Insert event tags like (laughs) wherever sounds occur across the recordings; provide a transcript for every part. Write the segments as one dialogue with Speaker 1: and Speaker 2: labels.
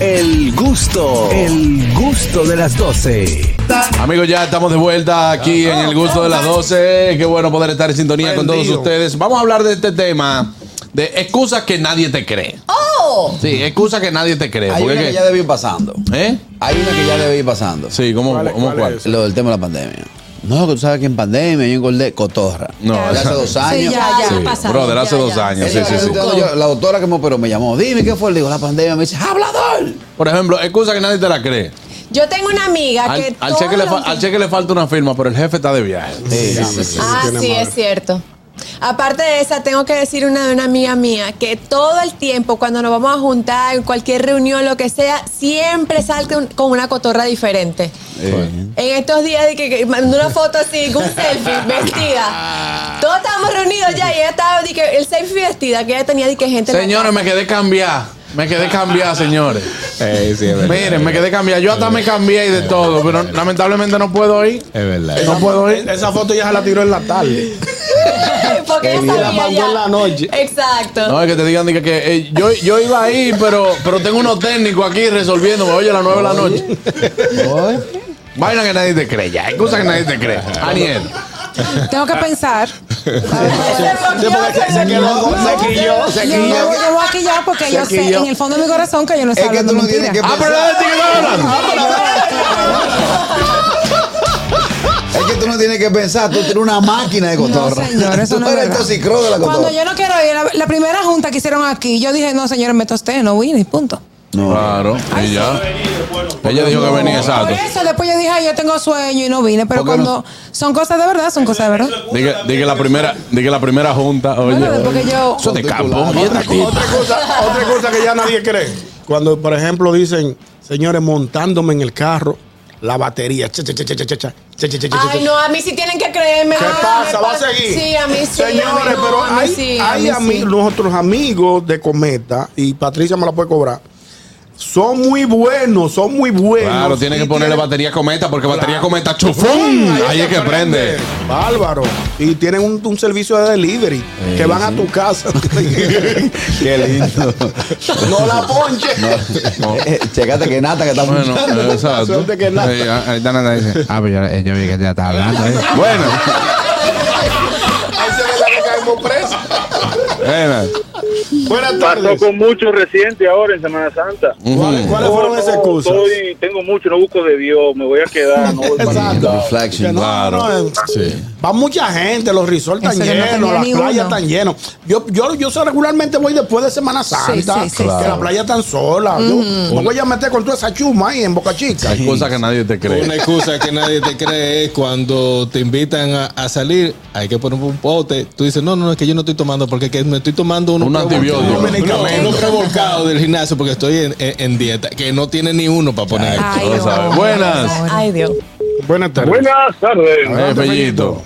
Speaker 1: El gusto, el gusto de las 12.
Speaker 2: Amigos, ya estamos de vuelta aquí en el gusto de las 12. Qué bueno poder estar en sintonía con todos
Speaker 3: Prendido.
Speaker 2: ustedes. Vamos a hablar de este tema de excusas que nadie te cree.
Speaker 4: ¡Oh!
Speaker 2: Sí, excusas que nadie te cree.
Speaker 3: Hay
Speaker 2: Porque
Speaker 3: una
Speaker 2: es
Speaker 3: que
Speaker 2: que-
Speaker 3: ya debe ir pasando.
Speaker 2: ¿Eh?
Speaker 3: Hay una que ya debe ir pasando.
Speaker 2: Sí, ¿cómo
Speaker 5: ¿Cuál
Speaker 2: cuál?
Speaker 5: es-
Speaker 2: ¿cómo
Speaker 5: cuál
Speaker 2: cuál?
Speaker 5: es?
Speaker 3: Lo del tema de la pandemia. No, que tú sabes que en pandemia yo engordé cotorra.
Speaker 2: No,
Speaker 3: Ya hace
Speaker 2: esa-
Speaker 3: dos años.
Speaker 4: ya, ya,
Speaker 2: Sí,
Speaker 4: ha pasado,
Speaker 2: brother, hace
Speaker 4: ya,
Speaker 2: dos
Speaker 4: ya.
Speaker 2: años,
Speaker 3: Ella
Speaker 2: sí,
Speaker 3: que
Speaker 2: sí, sí.
Speaker 3: estoy dando yo- la doctora que me operó me llamó. Dime qué fue. Le digo, la pandemia. Me dice, ¡hablador!
Speaker 2: Por ejemplo, excusa que nadie te la cree.
Speaker 4: Yo tengo una amiga
Speaker 2: Al,
Speaker 4: que.
Speaker 2: al
Speaker 4: todos
Speaker 2: cheque le fa-
Speaker 4: los-
Speaker 2: al cheque le falta una firma, pero el jefe está de viaje.
Speaker 3: Sí, sí, sí.
Speaker 4: Ah,
Speaker 5: Tiene
Speaker 4: sí,
Speaker 5: madre.
Speaker 4: es cierto. Aparte de esa, tengo que decir una de una amiga mía que todo el tiempo, cuando nos vamos a juntar, en cualquier reunión, lo que sea, siempre salta un- con una cotorra diferente.
Speaker 3: Eh,
Speaker 4: En estos días de que, que mandó una foto así, con un selfie,
Speaker 2: (laughs)
Speaker 4: vestida. Todos estábamos reunidos ya y ella estaba, de que el selfie vestida, que ella tenía de que gente. en la
Speaker 2: Señores, me quedé cambiar. Me quedé cambiar, señores.
Speaker 6: Eh, sí, es verdad.
Speaker 2: Miren, me quedé cambiar. Yo hasta me cambié y de todo, pero lamentablemente no puedo ir.
Speaker 6: Es verdad.
Speaker 2: No puedo ir.
Speaker 5: Esa foto ya se la tiró en la tarde.
Speaker 4: (laughs) Porque ella
Speaker 5: Y Eh, la
Speaker 4: sabía
Speaker 5: mandó
Speaker 4: ya.
Speaker 5: en la noche.
Speaker 4: Exacto.
Speaker 2: No, es que te digan de que, que, eh, yo, yo iba ahí, pero, pero tengo unos técnicos aquí resolviéndome. Oye, a las 9 de la noche. Vaina que nadie te cree ya. Excusa que nadie te cree. Aniel.
Speaker 7: Tengo que pensar.
Speaker 5: Sí, porque se- se quedó, se quilló, se
Speaker 7: Yo
Speaker 5: quilló.
Speaker 7: no voy- yo no voy a quillar porque yo sé en el fondo de mi corazón que yo no estoy
Speaker 3: Es que
Speaker 7: hablando
Speaker 3: tú no
Speaker 7: mentira.
Speaker 3: tienes que
Speaker 2: Ah, pero
Speaker 3: pensar.
Speaker 2: la de ti que estaba hablando.
Speaker 3: Es que tú no tienes que pensar. Tú tienes una máquina de cotorra.
Speaker 7: No, señor, eso
Speaker 3: tú
Speaker 7: no es
Speaker 3: eres
Speaker 7: verdad.
Speaker 3: toxicro de la
Speaker 7: Cuando
Speaker 3: cotorra.
Speaker 7: yo no quiero ir, la, la primera junta que hicieron aquí, yo dije, no, señores, me tosté, no vine, y punto.
Speaker 2: Claro, y ya. Ella dijo que venía,
Speaker 7: Por
Speaker 2: exacto.
Speaker 7: eso después yo dije, ay, yo tengo sueño y no vine, pero
Speaker 2: ¿Por qué
Speaker 7: cuando
Speaker 2: no?
Speaker 7: son cosas de verdad, son cosas de verdad.
Speaker 2: Dije, dije la primera, dije la primera junta. Oye,
Speaker 7: Bueno, después que yo-
Speaker 2: eso es de campo.
Speaker 5: Otra, co- otra cosa, otra cosa que ya nadie cree. Cuando, por ejemplo, dicen, señores, montándome en el carro, la batería. Cha, cha, cha, cha, cha, cha, cha, cha, cha, cha, cha,
Speaker 4: Ay,
Speaker 5: cha.
Speaker 4: no, a mí sí tienen que creerme.
Speaker 5: ¿Qué
Speaker 4: Ah,
Speaker 5: pasa?
Speaker 4: me
Speaker 5: ¿Va a
Speaker 4: pasa-
Speaker 5: seguir?
Speaker 4: Sí, a mí sí. a mí
Speaker 5: Señores,
Speaker 4: no,
Speaker 5: pero
Speaker 4: a mí
Speaker 5: hay,
Speaker 4: sí, a
Speaker 5: hay
Speaker 4: mí
Speaker 5: ami-
Speaker 4: sí.
Speaker 5: nuestros amigos de Cometa, y Patricia me la puede cobrar, son muy buenos, son muy buenos.
Speaker 2: Claro, tiene
Speaker 5: Y Mm,
Speaker 2: que ponerle
Speaker 5: tienen-
Speaker 2: batería cometa porque batería cometa chufum. Ahí es que prende.
Speaker 5: Bárbaro. Y tienen un, un servicio de delivery que van a tu
Speaker 2: (laughs)
Speaker 5: casa.
Speaker 3: Qué lindo.
Speaker 5: no la ponche.
Speaker 3: Eh, (laughs) Checate que nata que
Speaker 2: (laughs)
Speaker 3: está
Speaker 2: Bueno,
Speaker 3: punchando.
Speaker 2: exacto.
Speaker 5: Suerte que nada.
Speaker 2: Sí, ah, ahí está nada, dice.
Speaker 6: Ah, pero yo, yo vi que ya está hablando.
Speaker 2: (laughs)
Speaker 6: ¿eh?
Speaker 2: Bueno,
Speaker 5: Ahí se ve la que caemos presos.
Speaker 2: bueno.
Speaker 5: Buenas
Speaker 8: Pasó
Speaker 5: tardes.
Speaker 8: con muchos recientes ahora en Semana Santa.
Speaker 5: ¿Cuáles cuáles fueron
Speaker 8: No,
Speaker 5: esas excusas?
Speaker 8: estoy- tengo mucho, no busco de Dios, me voy a quedar. No voy para
Speaker 3: Exacto.
Speaker 8: ningún lado.
Speaker 3: Reflection,
Speaker 5: Que no, no, no, eh, Va mucha gente, los resorts están
Speaker 7: Eso yo no
Speaker 5: llenos,
Speaker 7: tenía
Speaker 5: las
Speaker 7: ni
Speaker 5: playas
Speaker 7: uno.
Speaker 5: están llenas. Yo, yo, yo sé, regularmente voy después de Semana Santa,
Speaker 7: sí, sí,
Speaker 5: que
Speaker 7: sí.
Speaker 5: las playas están solas. Yo me voy a meter con toda esa chuma ahí en Boca Chica.
Speaker 2: Hay cosas que nadie te
Speaker 6: Una
Speaker 2: cree.
Speaker 6: excusa que nadie te cree es cuando te invitan a, a salir, hay que poner un pote. Tú dices, no, no, es que yo no estoy tomando porque que me estoy tomando uno
Speaker 2: Un
Speaker 6: prevolcado".
Speaker 2: antibiótico.
Speaker 6: No,
Speaker 5: Medicamento.
Speaker 6: uno prevolcado del gimnasio porque estoy en, en- en dieta, que no tiene ni uno para poner.
Speaker 7: Ay,
Speaker 2: Lo sabes.
Speaker 7: no.
Speaker 2: Buenas.
Speaker 4: Ay, Dios.
Speaker 5: Buenas tardes.
Speaker 8: Buenas tardes.
Speaker 2: Eh, Bellito.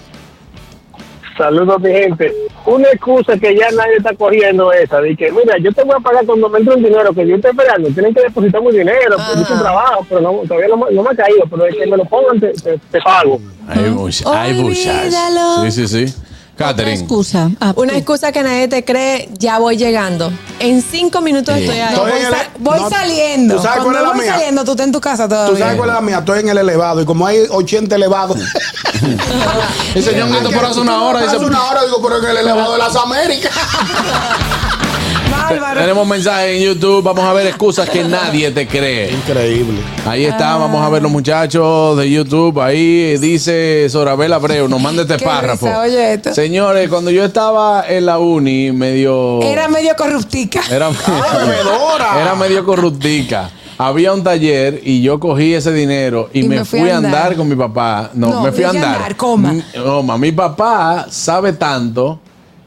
Speaker 8: Saludos, mi gente. Una excusa que ya nadie está cogiendo es esa, de que, mira, yo te voy a pagar cuando me entre un dinero que yo estoy esperando. Tienen que depositarme dinero, porque yo hice un trabajo, pero no, todavía no, me- no me ha caído, pero es que me lo pongan, te, te- te pago.
Speaker 2: Hay muchas. Hay muchas.
Speaker 4: Olvídalo.
Speaker 2: Sí, sí, sí. Catherine.
Speaker 7: excusa.
Speaker 5: Ah,
Speaker 4: Una excusa que nadie te cree, ya voy llegando. En cinco minutos estoy ahí.
Speaker 7: No, voy,
Speaker 5: Estoy en el- e-
Speaker 7: sa- voy
Speaker 5: no,
Speaker 7: saliendo.
Speaker 5: ¿tú sabes cuál
Speaker 7: Cuando
Speaker 5: es la
Speaker 7: voy
Speaker 5: mía?
Speaker 7: saliendo, tú estás en tu casa
Speaker 5: ¿Tú
Speaker 7: todavía.
Speaker 5: sabes cuál es la mía? Estoy en el elevado y como hay 80 elevados. (laughs)
Speaker 2: El señor Nieto por hace una hora.
Speaker 5: Hace
Speaker 2: Dice,
Speaker 5: una hora digo, pero en el elevado de las Américas.
Speaker 7: Bárbaro.
Speaker 2: tenemos mensajes en YouTube. Vamos a ver excusas que nadie te cree.
Speaker 5: Increíble.
Speaker 2: Ahí está, vamos a ver los muchachos de YouTube. Ahí dice Sorabel Abreu, nos manda este
Speaker 7: Qué
Speaker 2: párrafo.
Speaker 7: risa, oye esto.
Speaker 2: Señores, cuando yo estaba en la uni, medio.
Speaker 7: Era medio corruptica.
Speaker 5: Ah,
Speaker 2: Era,
Speaker 5: bebedora.
Speaker 2: era medio corruptica. Había un taller y yo cogí ese dinero y, me, fui, a andar. con mi papá. No,
Speaker 7: No,
Speaker 2: me fui a
Speaker 7: dije
Speaker 2: andar.
Speaker 7: andar, coma.
Speaker 2: Mi- coma. Mi papá sabe tanto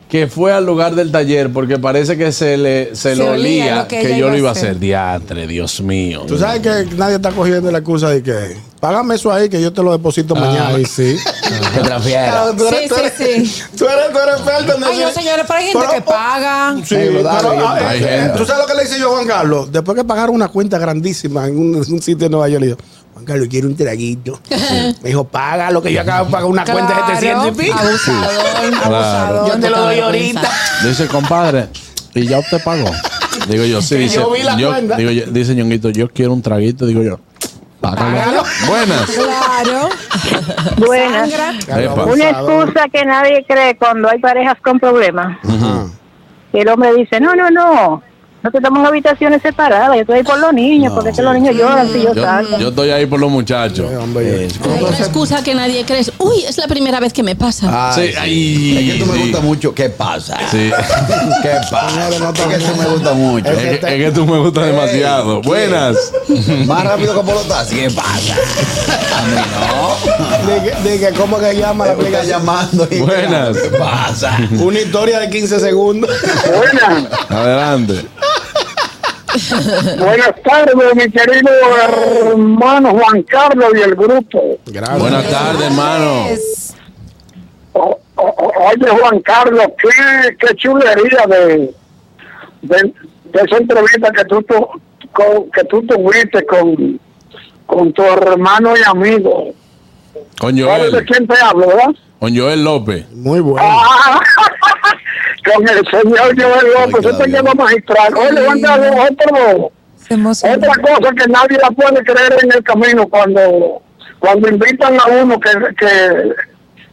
Speaker 2: que fue al lugar del taller porque parece que se le se
Speaker 7: Se
Speaker 2: le
Speaker 7: olía
Speaker 2: olía
Speaker 7: lo que
Speaker 2: que
Speaker 7: ella
Speaker 2: yo
Speaker 7: iba
Speaker 2: lo
Speaker 7: a
Speaker 2: iba a
Speaker 7: hacer.
Speaker 2: hacer. Diatre, Dios mío.
Speaker 5: Tú sabes que nadie está cogiendo la excusa de que págame eso ahí que yo te lo deposito mañana.
Speaker 6: Ay, sí.
Speaker 5: Claro, (laughs) tú
Speaker 4: Sí,
Speaker 5: eres- tú
Speaker 4: sí,
Speaker 5: eres- (laughs) Tú eres, tú eres experto en
Speaker 7: Ay, no,
Speaker 5: decir-
Speaker 7: señores, pero hay gente
Speaker 5: Pero,
Speaker 7: que
Speaker 5: oh,
Speaker 7: paga.
Speaker 5: Sí,
Speaker 3: Hay
Speaker 5: pero,
Speaker 3: verdad,
Speaker 5: ah, eh,
Speaker 3: hay
Speaker 2: gente.
Speaker 5: eh, ¿Tú sabes lo que le hice yo a Juan Carlos? Después que pagaron una cuenta grandísima en un, en un sitio de Nueva York, le digo, Juan Carlos, quiero un traguito.
Speaker 7: (laughs)
Speaker 5: Me dijo, paga lo que yo acabo de pagar una cuenta de 700 y
Speaker 7: Ah,
Speaker 5: pico.
Speaker 7: Abusador,
Speaker 2: Claro.
Speaker 7: abusador.
Speaker 5: Yo te lo doy ahorita.
Speaker 2: Dice, compadre, y ya usted pagó. Digo
Speaker 5: (laughs)
Speaker 2: yo, sí,
Speaker 5: Que
Speaker 2: dice.
Speaker 5: yo vi la
Speaker 2: yo-
Speaker 5: cuenta.
Speaker 2: digo yo, dice Ñonguito, yo quiero un traguito. Digo yo, págalo.
Speaker 5: Págalo. (laughs)
Speaker 2: Buenas.
Speaker 7: Claro.
Speaker 9: Buenas.
Speaker 2: Epa.
Speaker 9: Una excusa que nadie cree cuando hay parejas con problemas. Que el hombre dice, no, no, no. No te tomas habitaciones separadas. Yo estoy ahí por los niños, porque es que los niños lloran si yo
Speaker 2: Yo,
Speaker 9: salgo.
Speaker 2: yo estoy ahí por los muchachos.
Speaker 5: hombre,
Speaker 2: Sí,
Speaker 10: Hay una excusa que nadie cree. Uy, es la primera vez que me pasa.
Speaker 5: Ah,
Speaker 3: Ay,
Speaker 2: ay,
Speaker 3: Es que tú me
Speaker 2: sí,
Speaker 3: gusta mucho. ¿Qué pasa? (laughs)
Speaker 2: sí.
Speaker 3: ¿Qué pasa? Es que tú me gusta mucho.
Speaker 2: Es
Speaker 3: (laughs)
Speaker 2: que, es que tú me gustas demasiado.
Speaker 3: ¿qué?
Speaker 2: Buenas.
Speaker 3: Más rápido que por los taxis. ¿Qué pasa? A mí no.
Speaker 5: Dije, dije, ¿cómo que llama la
Speaker 3: Me está
Speaker 5: aplicación?
Speaker 3: llamando. y-
Speaker 2: Buenas.
Speaker 3: ¿Qué pasa?
Speaker 5: Una historia de 15 segundos.
Speaker 8: Buenas,
Speaker 2: Adelante.
Speaker 8: buenas tardes, mi querido hermano Juan Carlos y el grupo.
Speaker 5: Gracias.
Speaker 2: Buenas tardes, hermano.
Speaker 7: Es-
Speaker 8: O- o- o- oye, Juan Carlos, qué, qué chulería de, de, de esa entrevista que tú, tu- con- que tú tuviste con, con tu hermano y amigo.
Speaker 2: Con
Speaker 8: ¿Sabes de
Speaker 2: Joel.
Speaker 8: quién te hablo, verdad? (laughs)
Speaker 2: Con Joel López.
Speaker 5: Muy bueno.
Speaker 8: Ah, con el señor Joel López,
Speaker 3: Ay,
Speaker 8: usted
Speaker 3: Dios.
Speaker 8: quedó magistral. Oye, Juan Carlos, otro...
Speaker 7: Se emociona.
Speaker 8: Otra cosa que nadie la puede creer en el camino cuando cuando invitan a uno que, que,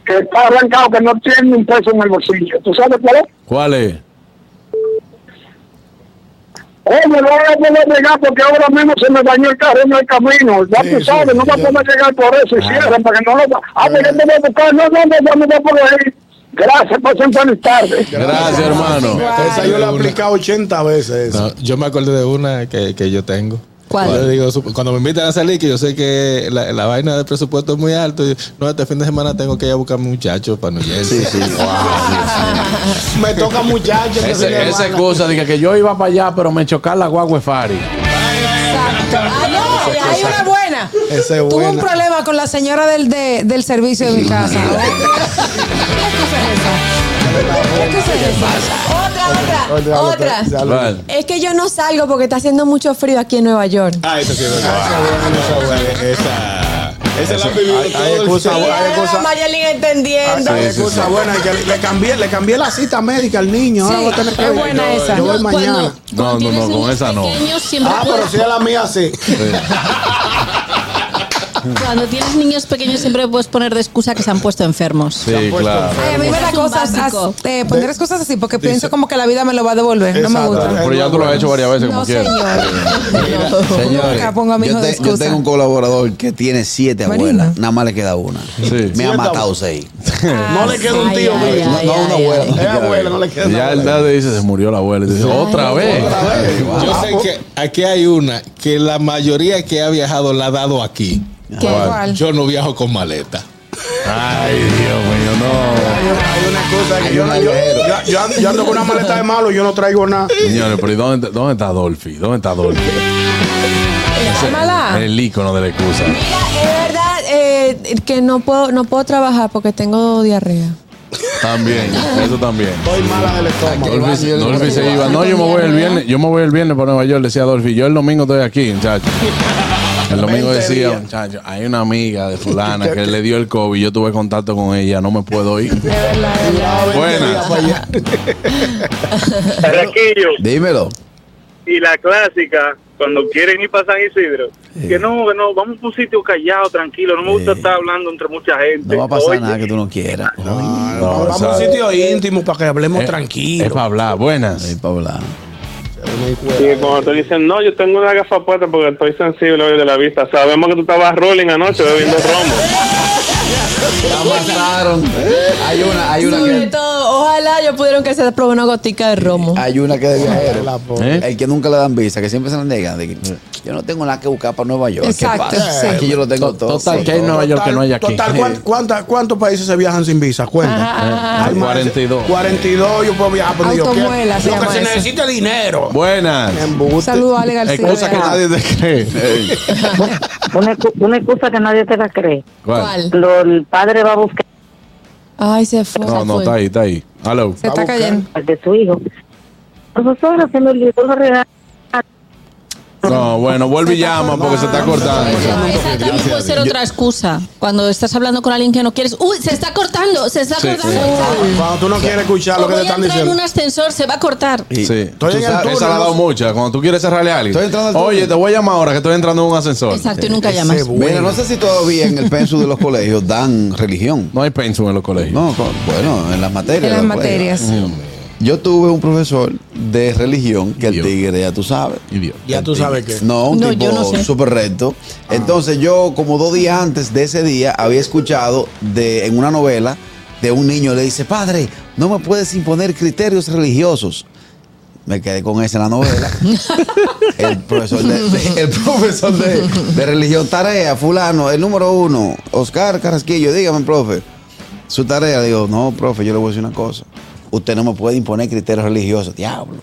Speaker 8: que está arrancado, que no tiene un peso en el bolsillo. ¿Tú sabes cuál es?
Speaker 2: ¿Cuál es?
Speaker 8: Oye, no voy a poder llegar porque ahora mismo se me dañó el carro en el camino. Ya
Speaker 5: Sí,
Speaker 8: tú
Speaker 5: sí,
Speaker 8: sabes, no va a
Speaker 5: ya.
Speaker 8: poder llegar por eso y cierran para que no lo... Ah, pero yo te voy a buscar. No, no, no, no, no, no, por ahí. Gracias, pasen buenas tardes.
Speaker 2: Gracias, hermano.
Speaker 5: Esa yo la he aplicado 80 veces.
Speaker 6: No, yo me acordé de una que, que yo tengo.
Speaker 10: ¿Cuál?
Speaker 6: Yo digo, sup- cuando me invitan a salir, que yo sé que la, la vaina del presupuesto es muy alto, yo, no, este fin de semana tengo que ir a buscar muchachos para New Jersey.
Speaker 5: (laughs) Me toca muchachos. que se
Speaker 2: Ese-
Speaker 5: le
Speaker 2: Esa
Speaker 5: van a-
Speaker 2: excusa, dije que yo iba para allá, pero me chocar la guagua es Fari.
Speaker 7: Ah, no, hay una buena.
Speaker 5: Esa es
Speaker 7: Tuve un
Speaker 5: buena.
Speaker 7: problema con la señora del, de- del servicio de mi casa. ¿Qué excusa es esa?
Speaker 4: Otra, otra, otra.
Speaker 5: pues,
Speaker 2: Vale.
Speaker 4: Es que yo no salgo porque está haciendo mucho frío aquí en Nueva York.
Speaker 6: Ah, eso sí es Esa, esa la
Speaker 5: Hay, hay excusa,
Speaker 4: Y
Speaker 5: hay Ah,
Speaker 4: ahora
Speaker 5: excusa.
Speaker 4: Mayelin entendiendo.
Speaker 5: hay excusa buena, que le, le cambié, le cambié la cita médica al niño. Ahora
Speaker 7: Sí,
Speaker 5: voy a tener que
Speaker 7: es
Speaker 5: ir.
Speaker 7: buena esa.
Speaker 5: Yo
Speaker 10: No,
Speaker 5: voy
Speaker 10: cuando-
Speaker 5: mañana.
Speaker 10: cuando
Speaker 2: No, no,
Speaker 10: tienes
Speaker 2: no, con
Speaker 10: niños
Speaker 2: esa no.
Speaker 10: pequeños, siempre
Speaker 5: Ah,
Speaker 10: puedes-
Speaker 5: pero si es la mía, sí.
Speaker 10: Cuando tienes niños pequeños siempre puedes poner de excusa que se han puesto enfermos.
Speaker 2: Sí, claro.
Speaker 7: Ay, a mí me da
Speaker 10: Es un
Speaker 7: cosas,
Speaker 10: básico.
Speaker 7: as- eh, poner excusas así porque pienso como que la vida me lo va a devolver. No me
Speaker 5: Exacto.
Speaker 7: gusta.
Speaker 2: Pero ya tú lo has hecho varias veces, como
Speaker 7: No,
Speaker 2: quieras.
Speaker 7: señor. No.
Speaker 3: Señores,
Speaker 7: Nunca pongo a mi hijo
Speaker 3: yo,
Speaker 7: de
Speaker 3: te- yo
Speaker 7: excusa.
Speaker 3: tengo un colaborador que tiene siete
Speaker 7: Marina.
Speaker 3: abuelas, nada más le queda una.
Speaker 2: Sí.
Speaker 3: Me ha matado seis.
Speaker 5: No le queda un tío,
Speaker 10: Ay,
Speaker 5: mire.
Speaker 3: No,
Speaker 10: ay, ay,
Speaker 3: no, una
Speaker 10: ay,
Speaker 3: abuela.
Speaker 10: ay.
Speaker 5: Es abuela, no le queda
Speaker 2: Y Ya el
Speaker 5: nada.
Speaker 2: dad dice, se murió la abuela. Y Dice, otra vez.
Speaker 6: Yo sé que aquí hay una que la mayoría que ha viajado la ha dado aquí.
Speaker 7: ¿Qué? ¿Cuál?
Speaker 6: Yo no viajo con maleta.
Speaker 2: Ay, Dios mío, no.
Speaker 5: Hay una cosa que yo, no- yo, yo- yo ando- yo ando con una maleta de malo y yo no traigo nada.
Speaker 2: Señores, pero ¿y dónde, dónde está Dolphy? ¿Dónde está Dolphy?
Speaker 7: Llámala.
Speaker 2: El icono de la excusa.
Speaker 4: Mira, es verdad eh, que no puedo, no puedo trabajar porque tengo diarrea.
Speaker 2: También, eso también.
Speaker 5: Estoy mala del estómago.
Speaker 2: Dolphy, Dolphy se iba. No, yo me voy el viernes. Yo me voy el viernes para Nueva York, decía Dolphy. Yo el domingo estoy aquí, muchacho. El domingo
Speaker 5: 20
Speaker 2: decía,
Speaker 5: días.
Speaker 2: muchacho, hay una amiga
Speaker 5: (laughs)
Speaker 2: de fulana que le dio el COVID. Yo tuve contacto con ella, no me puedo ir. Buenas.
Speaker 5: pues,
Speaker 8: Carraquillo,
Speaker 3: Dímelo.
Speaker 8: y la clásica, cuando quieren ir para San Isidro, que no, que no, vamos a un sitio callado, tranquilo, no me gusta estar hablando entre mucha gente.
Speaker 3: No va a pasar nada que tú no quieras.
Speaker 2: No,
Speaker 5: Vamos a un
Speaker 2: ¿sabes?
Speaker 5: sitio íntimo para que hablemos
Speaker 2: Eh, Es
Speaker 5: tranquilos.
Speaker 2: para hablar. Buenas.
Speaker 3: Ay, Paula.
Speaker 8: Y cuando te dicen, no, yo tengo una gafa puesta porque estoy sensible hoy de la vista. Sabemos que tú estabas rolling anoche bebiendo romo.
Speaker 3: La mataron. Hay una, hay una
Speaker 4: Sobre
Speaker 3: que.
Speaker 4: todo, ojalá yo pudieron que se probe una gotica de romo.
Speaker 3: Hay una que de viajero.
Speaker 2: ¿Eh?
Speaker 3: El que nunca le dan visa, que siempre se la niegan. de que, yo no tengo nada que buscar para Nueva York.
Speaker 7: Exacto,
Speaker 3: ¿Qué pasa?
Speaker 7: sí.
Speaker 3: Aquí yo lo tengo todo.
Speaker 2: Total, que hay en Nueva York que no hay aquí.
Speaker 5: Total, ¿cuán- cuánta- ¿cuántos países se viajan sin visa?
Speaker 4: Ah.
Speaker 5: Cuenta.
Speaker 2: Hay
Speaker 5: Hay más de-
Speaker 2: 42.
Speaker 5: 42, yo puedo viajar por
Speaker 7: Automuela se
Speaker 5: Lo que
Speaker 7: llama
Speaker 5: se
Speaker 7: eso.
Speaker 5: necesita es dinero.
Speaker 2: Buenas.
Speaker 7: Un saludo a Ale García.
Speaker 2: Excusa que nadie te cree.
Speaker 9: Una, excu- una excusa que nadie te la cree.
Speaker 4: ¿Cuál?
Speaker 9: Lo, el padre va a buscar
Speaker 4: Ay, se fue.
Speaker 2: No,
Speaker 4: se
Speaker 2: no,
Speaker 4: fue.
Speaker 2: está ahí, está ahí. Hello.
Speaker 7: Se está cayendo.
Speaker 9: Pues,
Speaker 5: (laughs)
Speaker 9: al de su hijo. Profesora, se me olvidó los regalos.
Speaker 2: No, bueno, vuelve y llama porque se está cortando.
Speaker 10: Esa también puede ser otra excusa. Cuando estás hablando con alguien que no quieres. ¡Uy! Se está cortando, se está
Speaker 2: Sí.
Speaker 10: cortando.
Speaker 5: Cuando tú no quieres escuchar
Speaker 10: O
Speaker 5: Ah, lo que
Speaker 10: voy
Speaker 5: te
Speaker 10: a
Speaker 5: están
Speaker 10: entrar en
Speaker 5: diciendo.
Speaker 10: un ascensor, se va a cortar.
Speaker 2: Sí.
Speaker 5: Estoy
Speaker 2: Tú
Speaker 5: en el
Speaker 2: sabes,
Speaker 5: turno,
Speaker 2: esa la ha dado
Speaker 5: no sé.
Speaker 2: mucha. Cuando tú quieres cerrarle a alguien.
Speaker 3: Estoy entrando al turno.
Speaker 2: Oye, te voy a llamar ahora que estoy entrando en un ascensor.
Speaker 10: Exacto, y nunca llamas.
Speaker 5: Ese bu-
Speaker 3: Mira, no sé si todavía en el pensum de los colegios dan religión.
Speaker 2: No hay pensum en los colegios.
Speaker 3: No, co- bueno, en las materias.
Speaker 7: En las
Speaker 3: de los
Speaker 7: materias.
Speaker 3: colegios. Yo tuve un profesor de religión que el
Speaker 2: Dios.
Speaker 3: tigre, ya tú sabes.
Speaker 2: Y Dios.
Speaker 5: Ya tú sabes que.
Speaker 3: No, un
Speaker 10: No,
Speaker 3: tipo
Speaker 10: yo no sé.
Speaker 3: súper recto. Entonces yo, como dos días antes de ese día, había escuchado de, en una novela de un niño le dice, padre, no me puedes imponer criterios religiosos. Me quedé con esa en
Speaker 10: (laughs)
Speaker 3: la novela. el profesor, de, de- el profesor de, de religión, tarea, fulano, el número uno, Oscar Carrasquillo, dígame, profe. Su tarea, le digo, no, profe, yo le voy a decir una cosa. Usted no me puede imponer criterios religiosos, diablo.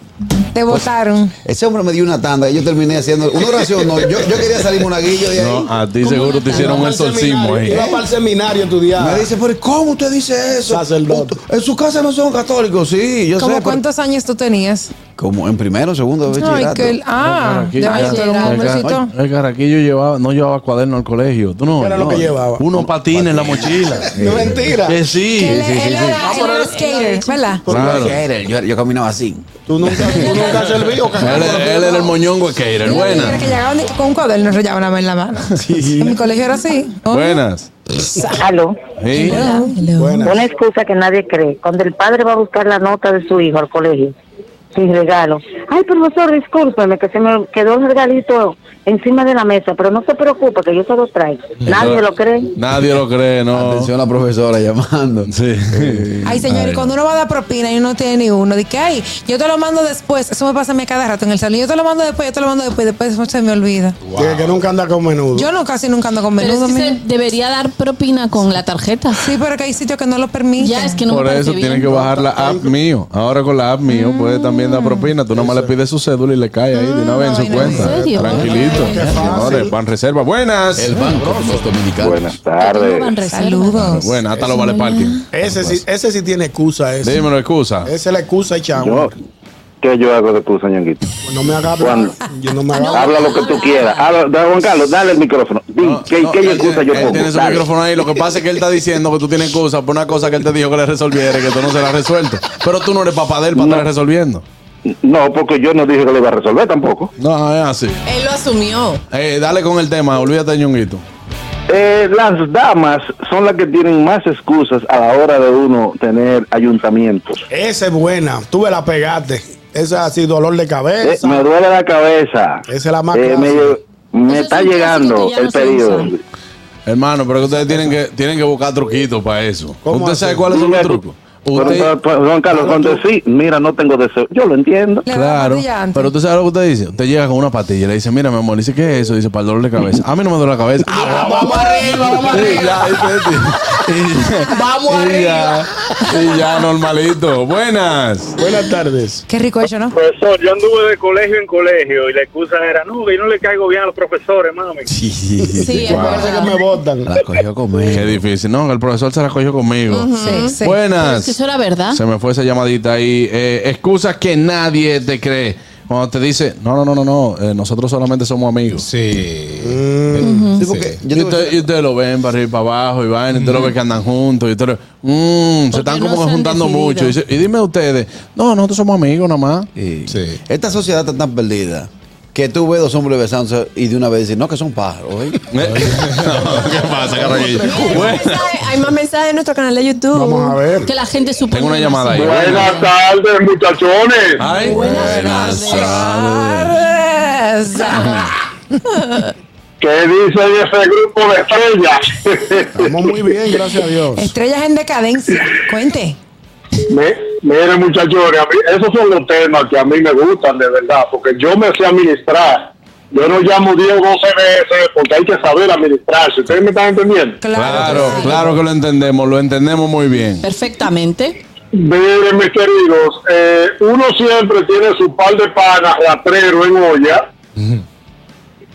Speaker 7: Te votaron.
Speaker 3: Ese hombre me dio una tanda y yo terminé haciendo una oración. No, yo, yo quería salir monaguillo de ahí.
Speaker 2: No, ah. a ti
Speaker 10: ¿Cómo
Speaker 2: seguro
Speaker 10: no
Speaker 2: te hicieron un
Speaker 5: Iba para el
Speaker 2: exorcismo
Speaker 5: seminario,
Speaker 2: ahí.
Speaker 5: Iba para el seminario a estudiar.
Speaker 3: me dice, pero ¿cómo usted dice eso?
Speaker 5: Sacerdote.
Speaker 3: Usted- En su casa no son católicos, sí, yo sé.
Speaker 7: ¿Cómo
Speaker 3: pero-
Speaker 7: cuántos años tú tenías?
Speaker 3: Como en primero, segundo, de
Speaker 7: Ay,
Speaker 3: bachillerato.
Speaker 7: que el- ah,
Speaker 2: Caraquillo,
Speaker 7: ya
Speaker 2: ya.
Speaker 7: era un hombrecito.
Speaker 2: El caraquillo llevaba, no llevaba cuaderno al colegio. Tú no.
Speaker 5: ¿Qué era lo
Speaker 2: no,
Speaker 5: que llevaba?
Speaker 2: Uno patina en la mochila.
Speaker 5: (laughs) No es mentira.
Speaker 2: Que sí.
Speaker 7: Que él,
Speaker 2: sí, sí,
Speaker 7: él
Speaker 2: sí.
Speaker 7: era, él era skater, ¿verdad?
Speaker 2: Claro. Él,
Speaker 3: Skater, Yo, yo caminaba así.
Speaker 5: Tú nunca, tú nunca serví o cagaste por la
Speaker 2: él era el
Speaker 5: piedra.
Speaker 2: moñón huequeiro.
Speaker 7: Era que
Speaker 2: Buenas.
Speaker 7: llegaban de que con un cuaderno rayaban la mano en la mano. En mi colegio era así. ¿no?
Speaker 2: Buenas.
Speaker 9: Aló.
Speaker 2: Sí.
Speaker 5: Buenas.
Speaker 9: Una excusa que nadie cree. Cuando el padre va a buscar la nota de su hijo al colegio, sin regalo. Ay, profesor, discúlpeme que se me quedó el regalito encima de la mesa, pero no se preocupe que yo se lo traigo. Nadie lo cree.
Speaker 2: Nadie lo cree, no.
Speaker 3: Atención la profesora llamando.
Speaker 2: Sí.
Speaker 7: (laughs)
Speaker 11: Mm,
Speaker 7: Ay, señor, y cuando uno va a dar propina y uno no tiene ni uno, de que, ay, yo te lo mando después. Eso me pasa a mí cada rato en el salón. Yo te lo mando después, yo te lo mando después, después se me olvida.
Speaker 5: Dije que nunca anda con menudo.
Speaker 7: Yo no casi nunca ando con
Speaker 10: Pero es
Speaker 7: menudo.
Speaker 10: que se
Speaker 7: mija.
Speaker 10: debería dar propina con la tarjeta.
Speaker 7: Sí, pero que hay sitios que no lo permiten.
Speaker 10: Ya es que no
Speaker 2: Por
Speaker 10: me parece
Speaker 2: eso
Speaker 10: bien.
Speaker 2: tienen que bajar la app mío. Ahora con la app mío
Speaker 7: Mm.
Speaker 2: puede también dar propina. Tú nomás le pides su cédula y le cae ahí de una vez en su
Speaker 7: vaina, ¿en
Speaker 2: cuenta.
Speaker 10: serio?
Speaker 2: Tranquilito. Ahora el pan reserva. Buenas.
Speaker 3: El banco de los dominicanos.
Speaker 11: Buenas
Speaker 10: Tengo
Speaker 11: tardes.
Speaker 10: Banreserva.
Speaker 7: Saludos.
Speaker 2: Buenas, hasta lo vale
Speaker 10: Hola.
Speaker 2: parking.
Speaker 5: Ese sí, ese sí tiene excusa. Ese.
Speaker 2: Dímelo, excusa.
Speaker 5: Esa es la excusa, chamo.
Speaker 11: Yo, ¿Qué yo hago de excusa, ñonguito?
Speaker 5: No me haga hablar. Yo no me haga hablar.
Speaker 11: Habla lo que tú quieras. Habla, da- Juan Carlos, dale el micrófono. Di,
Speaker 2: No,
Speaker 11: ¿qué,
Speaker 2: no, eh,
Speaker 11: qué
Speaker 2: él
Speaker 11: excusa yo
Speaker 2: tiene- él
Speaker 11: pongo?
Speaker 2: tiene su
Speaker 11: Dale.
Speaker 2: micrófono ahí. Lo que pasa es que él está diciendo que tú tienes excusa por una cosa que él te dijo que le resolviera y que tú no se la has resuelto. Pero tú no eres papá de él para
Speaker 11: No.
Speaker 2: estar resolviendo.
Speaker 11: No, porque yo no dije que lo iba a resolver tampoco.
Speaker 2: No, es así.
Speaker 4: Él lo asumió.
Speaker 2: Eh, dale con el tema, olvídate, ñonguito.
Speaker 11: Eh, las damas son las que tienen más excusas a la hora de uno tener ayuntamientos.
Speaker 5: Esa es buena. Tú me la pegaste. Esa así, dolor de
Speaker 11: Eh,
Speaker 5: cabeza.
Speaker 11: me duele la cabeza.
Speaker 5: Esa es la más
Speaker 11: Eh, me,
Speaker 5: clásica.
Speaker 11: me
Speaker 10: Eso es
Speaker 11: está
Speaker 10: un clásico
Speaker 11: llegando
Speaker 10: que ya
Speaker 11: el
Speaker 10: no se
Speaker 11: periodo.
Speaker 10: usa.
Speaker 2: Hermano, pero que ustedes tienen que, tienen que buscar truquitos para eso.
Speaker 5: ¿Cómo
Speaker 2: ¿Usted
Speaker 5: así?
Speaker 2: sabe cuáles son los
Speaker 11: Mira,
Speaker 2: trucos?
Speaker 11: pero,
Speaker 2: Usted,
Speaker 11: pero, pero, Juan Carlos, cuando sí, mira, no tengo deseo. Yo lo entiendo.
Speaker 7: Le da la
Speaker 2: claro,
Speaker 7: patilla antes.
Speaker 2: pero usted sabe lo que usted dice. Usted llega con una patilla y le dice, mira, mi amor, dice, ¿qué es eso? Dice, para el dolor de cabeza. A mí no me duele
Speaker 5: (laughs)
Speaker 2: la cabeza. Ah,
Speaker 5: Vamos arriba, vamos
Speaker 2: Sí,
Speaker 5: arriba.
Speaker 2: ya, y- y- y-
Speaker 5: Vamos
Speaker 2: y
Speaker 5: arriba.
Speaker 2: ya, y ya, normalito. Buenas.
Speaker 5: Buenas tardes.
Speaker 7: Qué rico eso, ¿no?
Speaker 8: Profesor, yo anduve de colegio en colegio y la excusa era, no, que yo no le caigo bien a los profesores, mami.
Speaker 10: Sí, es
Speaker 5: Parece que
Speaker 10: verdad.
Speaker 5: me botan.
Speaker 3: La cogió
Speaker 2: Qué
Speaker 3: conmigo.
Speaker 2: difícil. No, el profesor se la cogió conmigo.
Speaker 7: Sí, sí.
Speaker 10: Pero
Speaker 2: Buenas.
Speaker 10: es que eso era verdad.
Speaker 2: Se me fue esa llamadita ahí. Eh, excusas que nadie te cree. Cuando te dice, no, no, no, no, no, eh, nosotros solamente somos amigos.
Speaker 6: Sí.
Speaker 5: Mm.
Speaker 3: Sí, porque yo
Speaker 2: y
Speaker 3: te voy a
Speaker 2: ustedes
Speaker 3: decir-
Speaker 2: usted lo ven para arriba y para abajo y vaina, y usted lo ve que andan juntos y usted lo- Mm, se
Speaker 10: Porque
Speaker 2: están
Speaker 10: no
Speaker 2: como
Speaker 10: se
Speaker 2: que
Speaker 10: han
Speaker 2: juntando
Speaker 10: decidido.
Speaker 2: mucho. Y, dice- y dime ustedes, no, nosotros somos amigos nada más.
Speaker 3: Sí.
Speaker 6: Sí.
Speaker 3: Esta sociedad está tan perdida que tú ves dos hombres besándose y de una vez dicen, no, que son pájaros. ¿eh?
Speaker 2: Eh, no, ¿Qué pasa, carajillo?
Speaker 4: Hay
Speaker 2: (laughs)
Speaker 4: más
Speaker 2: Bueno,
Speaker 4: mensajes- Hay más mensajes en nuestro canal de YouTube.
Speaker 5: Vamos a ver.
Speaker 10: Que la gente supone.
Speaker 2: Tengo una llamada ahí.
Speaker 10: demasiado.
Speaker 11: Buenas tardes, muchachones.
Speaker 2: ay, buenas tardes.
Speaker 11: ¿Qué dice de ese grupo de estrellas? (laughs)
Speaker 5: Estamos muy bien, gracias a Dios.
Speaker 7: Estrellas en decadencia. Cuente.
Speaker 11: Mi- Miren muchachos, a mí- esos son los temas que a mí me gustan de verdad, porque yo me sé administrar. Yo no llamo 10 o 12 veces porque hay que saber administrarse. ¿Ustedes me están entendiendo?
Speaker 2: Claro, claro que lo entendemos, lo entendemos muy bien.
Speaker 10: Perfectamente.
Speaker 11: Miren mis queridos, eh, uno siempre tiene su par de panas rastrero en olla,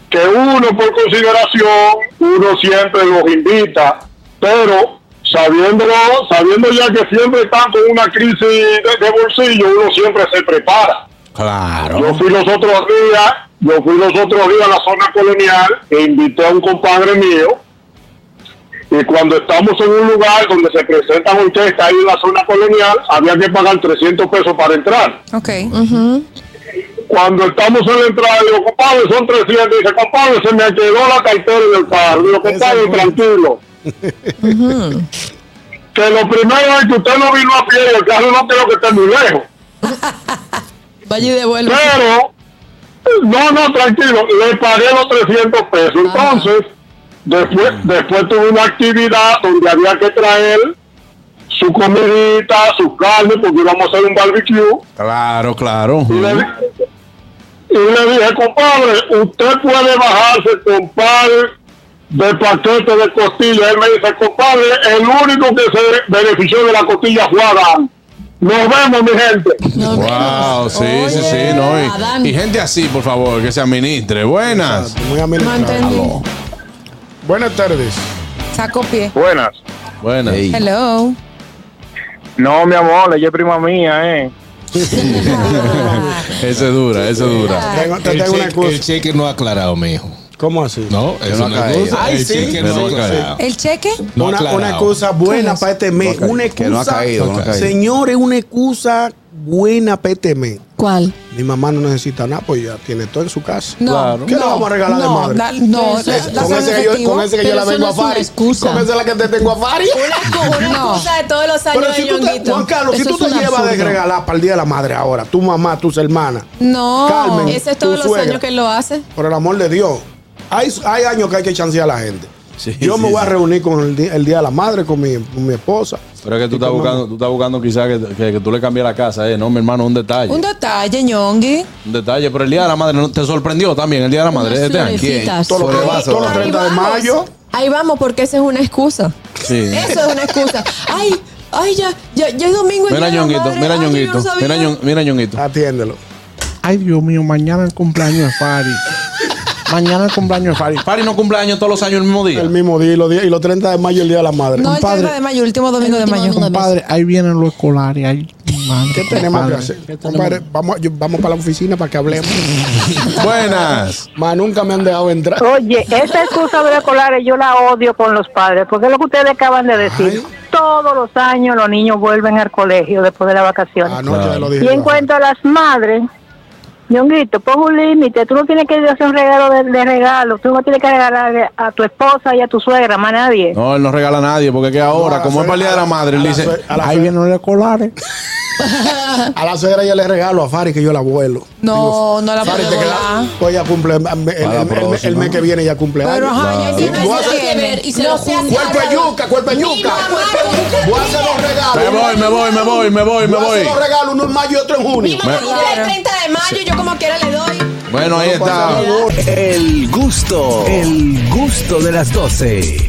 Speaker 11: que uno por consideración, uno siempre los invita, pero sabiéndolo, sabiendo ya que siempre están con una crisis de- de bolsillo, uno siempre se prepara.
Speaker 2: Claro.
Speaker 11: Yo fui los otros días Yo fui los otros días a la zona colonial e invité a un compadre mío. Y cuando estamos en un lugar donde se presentan orquestas ahí en la zona colonial, había que pagar 300 pesos para entrar.
Speaker 7: Ok.
Speaker 11: Cuando estamos en la entrada, le digo, compadre, son 300. Dice, compadre, se me quedó la cartera en el carro. Digo, compadre, tranquilo. Que lo primero es que usted no vino a pie y el carro no creo que esté muy lejos.
Speaker 4: Vaya y devuelve.
Speaker 11: Pero, no, no, tranquilo, le pagué los 300 pesos. Entonces, después, después tuve una actividad donde había que traer su comidita, su carne, porque íbamos a hacer un barbecue.
Speaker 2: Claro, claro.
Speaker 11: Y le, y le dije, compadre, usted puede bajarse, compadre, de paquete de costilla. Él me dice, compadre, el único que se benefició de la costilla fue Adán. Nos vemos, mi gente.
Speaker 2: Wow, sí, sí, sí, no.
Speaker 11: Adán.
Speaker 2: Y, y gente así, por favor, que se administre. Buenas.
Speaker 5: Muy administrado.
Speaker 2: Aló.
Speaker 5: Buenas tardes.
Speaker 7: Saco pie.
Speaker 12: Buenas.
Speaker 2: Buenas.
Speaker 7: Hello.
Speaker 12: No, mi amor, ella es prima mía, ¿eh?
Speaker 2: Ese dura, ese dura.
Speaker 5: Tengo- te tengo una cosa.
Speaker 6: El cheque no ha aclarado, mijo.
Speaker 5: ¿Cómo así?
Speaker 6: No,
Speaker 5: Que
Speaker 6: es
Speaker 5: no ha
Speaker 6: una
Speaker 5: caído.
Speaker 6: cosa.
Speaker 5: Ay,
Speaker 6: el
Speaker 5: sí.
Speaker 6: cheque no ha
Speaker 5: Sí, sí.
Speaker 4: (laughs)
Speaker 6: aclarado.
Speaker 7: ¿El cheque?
Speaker 6: No
Speaker 5: una,
Speaker 6: aclarado.
Speaker 5: una cosa buena para este mes. una
Speaker 3: que no ha
Speaker 5: excusa.
Speaker 3: caído, no ha caído.
Speaker 5: Señores, una excusa buena para este mes.
Speaker 7: ¿Cuál?
Speaker 5: Mi mamá no necesita nada, pues ya tiene todo en su casa.
Speaker 7: No,
Speaker 5: ¿Qué le
Speaker 7: no,
Speaker 5: vamos a regalar
Speaker 7: no,
Speaker 5: de madre?
Speaker 7: da- no,
Speaker 5: Eso-
Speaker 7: da-
Speaker 5: con,
Speaker 7: dáselo
Speaker 5: ese
Speaker 7: en
Speaker 5: que yo,
Speaker 7: efectivo.
Speaker 5: con ese que yo
Speaker 7: Pero
Speaker 5: la
Speaker 7: eso
Speaker 5: vengo
Speaker 7: no
Speaker 5: a
Speaker 7: es una
Speaker 5: Fari.
Speaker 7: excusa.
Speaker 5: Con esa es la que te tengo a Fari.
Speaker 4: (laughs) Una
Speaker 7: No.
Speaker 4: excusa de todos los años
Speaker 5: Pero si
Speaker 4: de
Speaker 5: tú te,
Speaker 4: Ñonguito.
Speaker 5: Juan Carlos, si
Speaker 4: Eso
Speaker 5: tú
Speaker 4: es
Speaker 5: te
Speaker 4: un
Speaker 5: llevas de
Speaker 4: absurdo.
Speaker 5: regalar para el día de la madre ahora, tu mamá, tus hermanas,
Speaker 7: No.
Speaker 5: Carmen,
Speaker 4: Eso es
Speaker 5: tu
Speaker 4: todos los
Speaker 5: suegra.
Speaker 4: años que él lo hace.
Speaker 5: por el amor de Dios, hay, hay años que hay que chancear a la gente. yo me
Speaker 2: sí,
Speaker 5: voy a
Speaker 2: sí.
Speaker 5: reunir con el, di- el día de la madre, con mi, con mi esposa.
Speaker 2: Pero es que tú
Speaker 5: Y
Speaker 2: estás
Speaker 5: con
Speaker 2: buscando, tú estás buscando quizás que, que- que tú le cambies la casa, eh. No, mi hermano, un detalle.
Speaker 7: Un detalle, ñongui.
Speaker 2: Un detalle, pero el día de la madre ¿no? te sorprendió también, el día de la madre.
Speaker 10: Unas
Speaker 2: este año.
Speaker 10: florecitas.
Speaker 2: ¿Quién?
Speaker 5: Todos los-
Speaker 2: Sobrevaso.
Speaker 5: todos los 30 de mayo.
Speaker 4: Ahí vamos, porque esa es una excusa.
Speaker 2: Sí.
Speaker 4: Eso es una excusa. Ay, ay, ya, ya, ya es domingo. el
Speaker 2: Mira
Speaker 4: Día de la
Speaker 2: ñonguito,
Speaker 4: Madre.
Speaker 2: mira
Speaker 4: Ay, yo
Speaker 2: ñonguito,
Speaker 4: no sabía.
Speaker 2: mira Ñon- mira ñonguito.
Speaker 5: Ah. Atiéndelo.
Speaker 13: Ay, Dios mío, mañana el cumpleaños de Fari. Mañana el cumpleaños de Fari.
Speaker 2: Fari no cumpleaños todos los años el mismo día.
Speaker 5: El mismo día y los, días- y los 30 de mayo, el día de la madre.
Speaker 7: No, el
Speaker 5: Compadre,
Speaker 7: 30 de mayo, el último domingo de mayo.
Speaker 13: Compadre, ahí vienen los escolares. Ay, madre,
Speaker 5: ¿Qué tenemos que
Speaker 13: compadre.
Speaker 5: hacer? Compadre, vamos, yo- vamos para la oficina para que hablemos.
Speaker 2: Buenas.
Speaker 5: Más nunca me han dejado entrar.
Speaker 9: Oye, esa excusa de los escolares yo la odio con los padres, porque es lo que ustedes acaban de decir. Todos los años los niños vuelven al colegio después de las vacaciones.
Speaker 5: Anoche
Speaker 2: Claro.
Speaker 5: lo dije.
Speaker 9: Y en
Speaker 5: yo.
Speaker 9: cuanto a las madres, Ñonguito, pon un límite. Tú no tienes que hacer un regalo de, de regalo. Tú no tienes que regalar a tu esposa y a tu suegra, más nadie.
Speaker 2: No, él no regala a nadie, porque es que ahora,
Speaker 5: No, a la
Speaker 2: como es para el día de la madre, él
Speaker 5: a la
Speaker 2: dice,
Speaker 5: sue- a la,
Speaker 13: Ahí
Speaker 5: suegra-
Speaker 13: vienen los escolares.
Speaker 5: a la suegra yo le regalo a Fari que yo la vuelo.
Speaker 7: No, no la
Speaker 5: Fari,
Speaker 7: puedo dar.
Speaker 5: te queda. Pues ella cumple. El, el-
Speaker 3: la
Speaker 5: el- el-
Speaker 3: próxima.
Speaker 5: em, el mes que viene ya cumple.
Speaker 7: Pero
Speaker 5: años.
Speaker 7: ajá, ya
Speaker 4: Y no
Speaker 7: tiene
Speaker 5: Voy a
Speaker 4: hay nada
Speaker 5: hacer-
Speaker 4: que ver. Y se lo
Speaker 5: Cuerpo de yuca, cuerpo de yuca. Voy a hacer los
Speaker 2: me
Speaker 5: regalos.
Speaker 2: voy, me voy, me voy, me voy, me
Speaker 5: Voy a hacer
Speaker 2: voy.
Speaker 5: los regalos, uno en mayo y otro en junio.
Speaker 4: Mi mamá cumple el 30 de mayo, yo como quiera le doy.
Speaker 2: Bueno, ahí
Speaker 5: No pasa
Speaker 2: está.
Speaker 5: nada.
Speaker 1: El gusto, el gusto de las 12.